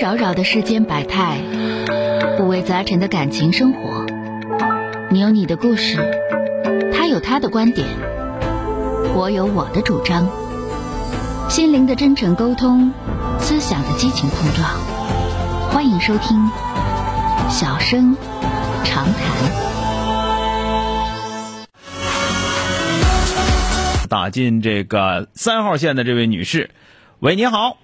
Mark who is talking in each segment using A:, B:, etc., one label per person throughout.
A: 扰扰的世间百态，五味杂陈的感情生活。你有你的故事，他有他的观点，我有我的主张。心灵的真诚沟通，思想的激情碰撞。欢迎收听《小声长谈》。
B: 打进这个三号线的这位女士，喂，你好，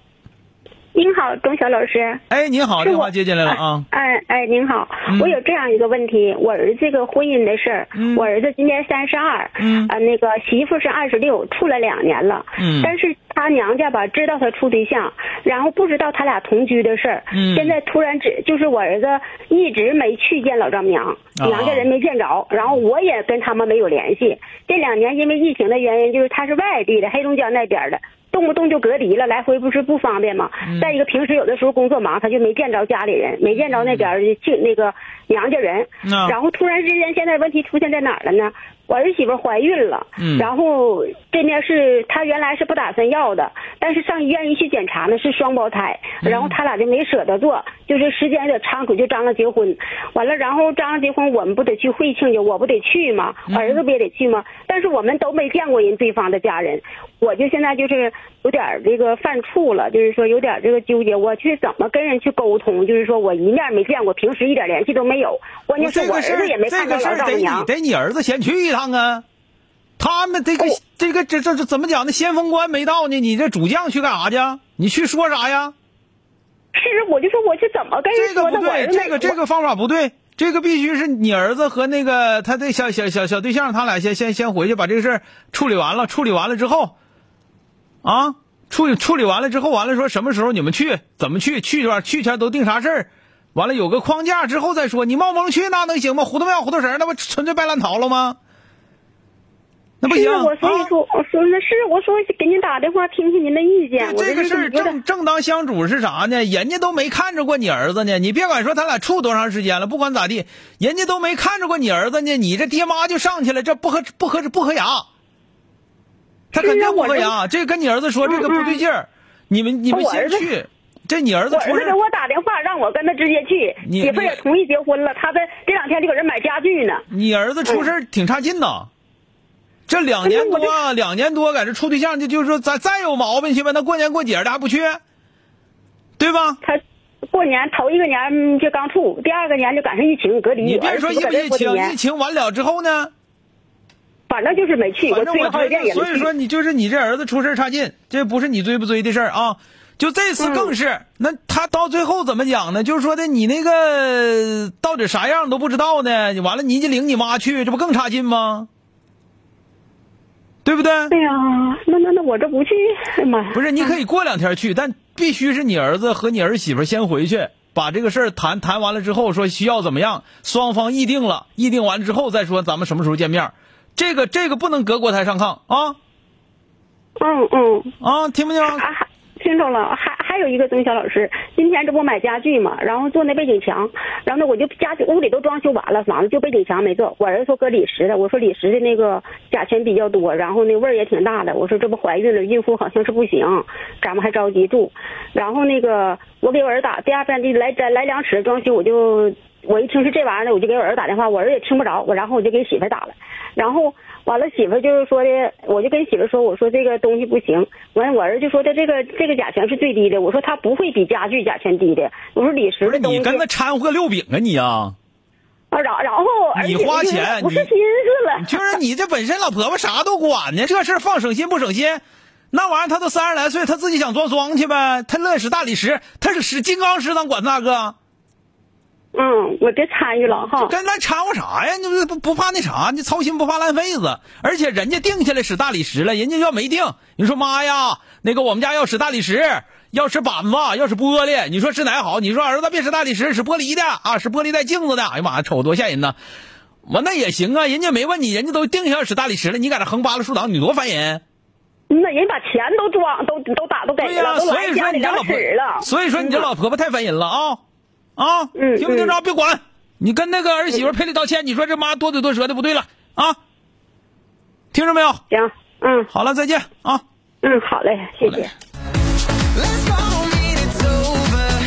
C: 您好，钟晓老师。
B: 哎，你好，
C: 是
B: 电
C: 我
B: 话接进来了啊，
C: 哎哎，您好，
B: 嗯
C: 我有这样一个问题，我儿子这个婚姻的事儿，
B: 嗯
C: 我儿子今年三十二，
B: 嗯
C: 呃，那个媳妇是二十六，处了两年了，
B: 嗯
C: 但是他娘家吧知道他处对象，然后不知道他俩同居的事儿，
B: 嗯
C: 现在突然只就是我儿子一直没去见老丈母娘，
B: 啊
C: 娘家人没见着，然后我也跟他们没有联系，这两年因为疫情的原因，就是他是外地的，黑龙江那边的。动不动就隔离了，来回不是不方便吗？
B: 嗯
C: 再一个，平时有的时候工作忙，他就没见着家里人，没见着那边儿的亲那个娘家人。
B: 那
C: 然后突然之间，现在问题出现在哪儿了呢？我儿媳妇怀孕了，
B: 嗯
C: 然后这面是她原来是不打算要的，但是上医院一去检查呢是双胞胎，然后他俩就没舍得做，就是时间有点仓促，就张罗结婚。完了，然后张罗结婚，我们不得去会庆去，我不得去吗？儿子不也得去吗？但是我们都没见过人对方的家人，我就现在就是有点儿这个犯怵了，就是说有点儿这个纠结，我去怎么跟人去沟通？就是说我一面没见过，平时一点联系都没有，关键是
B: 这
C: 我儿
B: 个事儿
C: 子也没
B: 这
C: 看着
B: 个事
C: 老
B: 儿
C: 丈
B: 得
C: 母
B: 你
C: 娘。
B: 得你儿子先去一趟啊，他们这个、
C: 哦
B: 这个这这这怎么讲呢？先锋官没到呢，你这主将去干啥去？你去说啥呀？
C: 是，我就说我去怎么跟人
B: 这个
C: 说
B: 不
C: 呢？我
B: 对，
C: 儿子
B: 这个这
C: 我
B: 个方法不对，这个必须是你儿子和那个他的小小小小对象，他俩先先先回去把这个事儿处理完了，处理完了之后，啊，处理处理完了之后，完了说什么时候你们去，怎么去，去吧，去前都定啥事儿，完了有个框架之后再说，你冒蒙去那能行吗？糊涂庙糊涂神儿那不纯粹掰烂桃了吗？那不行，
C: 是我所以
B: 啊
C: 说，我说那是我说给您打电话听听您的意见。我
B: 这个事
C: 就是
B: 儿
C: 觉得
B: 正正当相主是啥呢？人家都没看着过你儿子呢，你别管说他俩处多长时间了，不管咋地，人家都没看着过你儿子呢，你这爹妈就上去了，这不合不合不合牙，他肯定不合
C: 是啊
B: 牙。这跟你儿子说这个不对劲儿，你们你们
C: 嗯我
B: 先
C: 儿子
B: 去，这你儿子
C: 我
B: 出
C: 儿
B: 事
C: 子给
B: 儿，
C: 我打电话，让我跟他直接去。
B: 你
C: 媳妇儿也
B: 你
C: 同意结婚了，他在这两天就搁这买家具呢。
B: 你儿子出事儿挺差劲呐。这两年
C: 哎
B: 多啊，两年多在这处对象，就就是说咱再有毛病去吧，那过年过节的还不去，对吧？
C: 他过年头一个年嗯就刚处，第二个年就赶上疫情隔离。
B: 你别说
C: 儿
B: 疫
C: 子搁这
B: 疫
C: 过的
B: 情，
C: 年
B: 疫，情完了之后呢，
C: 反正就是没去。
B: 反正
C: 催
B: 我
C: 了好
B: 觉
C: 几遍也
B: 得，
C: 没
B: 所以
C: 去。
B: 说你就是你这儿子出事儿差劲，这不是你追不追的事儿啊。就这
C: 嗯
B: 次更是，那他到最后怎么讲呢？就是说的你那个到底啥样都不知道呢，你完了你就领你妈去，这不更差劲吗？对不对？
C: 哎呀，那那那我这不去，哎呀妈呀！
B: 不是，你可以过两天去，但必须是你儿子和你儿媳妇先回去，把这个事儿谈谈完了之后，说需要怎么样，双方议定了，议定完之后再说咱们什么时候见面儿。这个这个不能隔锅台上炕啊
C: 嗯嗯。
B: 啊，听没听？
C: 啊，还听着了，还还有一个曾小老师，今天这不买家具嘛，然后做那背景墙，然后呢我就家具屋里都装修完了，完了就背景墙没做。我儿子说搁李石的，我说李石的那个甲醛比较多，然后那味儿也挺大的。我说这不怀孕了，孕妇好像是不行，咱们还着急住。然后那个我给我儿子打第二遍就来来来两尺装修，我就我一听是这玩意儿呢，我就给我儿子打电话，我儿子也听不着，我然后我就给媳妇儿打了，然后完了媳妇儿就是说的，我就跟媳妇儿说，我说这个东西不行，完我儿子就说的这个这个甲醛是最低的，我说他不会比家具甲醛低的，我说李
B: 不
C: 石
B: 是
C: 的东西
B: 你，跟他掺和六饼啊你啊！
C: 啊然然后儿
B: 你
C: 子
B: 花
C: 就
B: 钱
C: 不是
B: 你
C: 心思了，
B: 就是你这本身老婆婆啥都管呢，这事儿放省心不省心？那玩意儿她都三十来岁，她自己想装装去呗，她乐使大理石，她是使金刚石，咱管那个。
C: 嗯，我别参与了哈，
B: 跟咱掺和啥呀？你不不不怕那啥？你操心不怕烂痱子？而且人家定下来使大理石了，人家要没定，你说妈呀，那个我们家要使大理石，要使板子，要使玻璃，你说使哪好？你说儿子别使大理石，使玻璃的啊，使玻璃带镜子的。哎呀妈呀，瞅多吓人呐！我那也行啊，人家没问你，人家都定下要使大理石了，你搁这横扒拉竖挡，你多烦人！
C: 那人把钱都装都都打都给
B: 对呀、
C: 了，都
B: 所
C: 来
B: 以
C: 家
B: 说
C: 里
B: 你这
C: 两
B: 老婆
C: 尺了，，
B: 所以说你这老婆婆太烦人了啊啊！
C: 嗯
B: 听没听着？别管，你跟那个儿媳妇赔礼道歉，你说这妈多嘴多舌的不对了啊！听着没有？
C: 行，嗯
B: 好了，再见啊！
C: 嗯，好嘞，谢谢。
D: Let's go, mean it's over.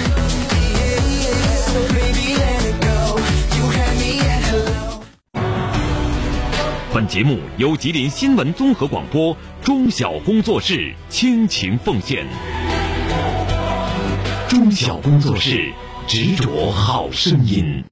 D: 本节目由吉林新闻综合广播中小工作室倾情奉献。中小工作室执着好声音。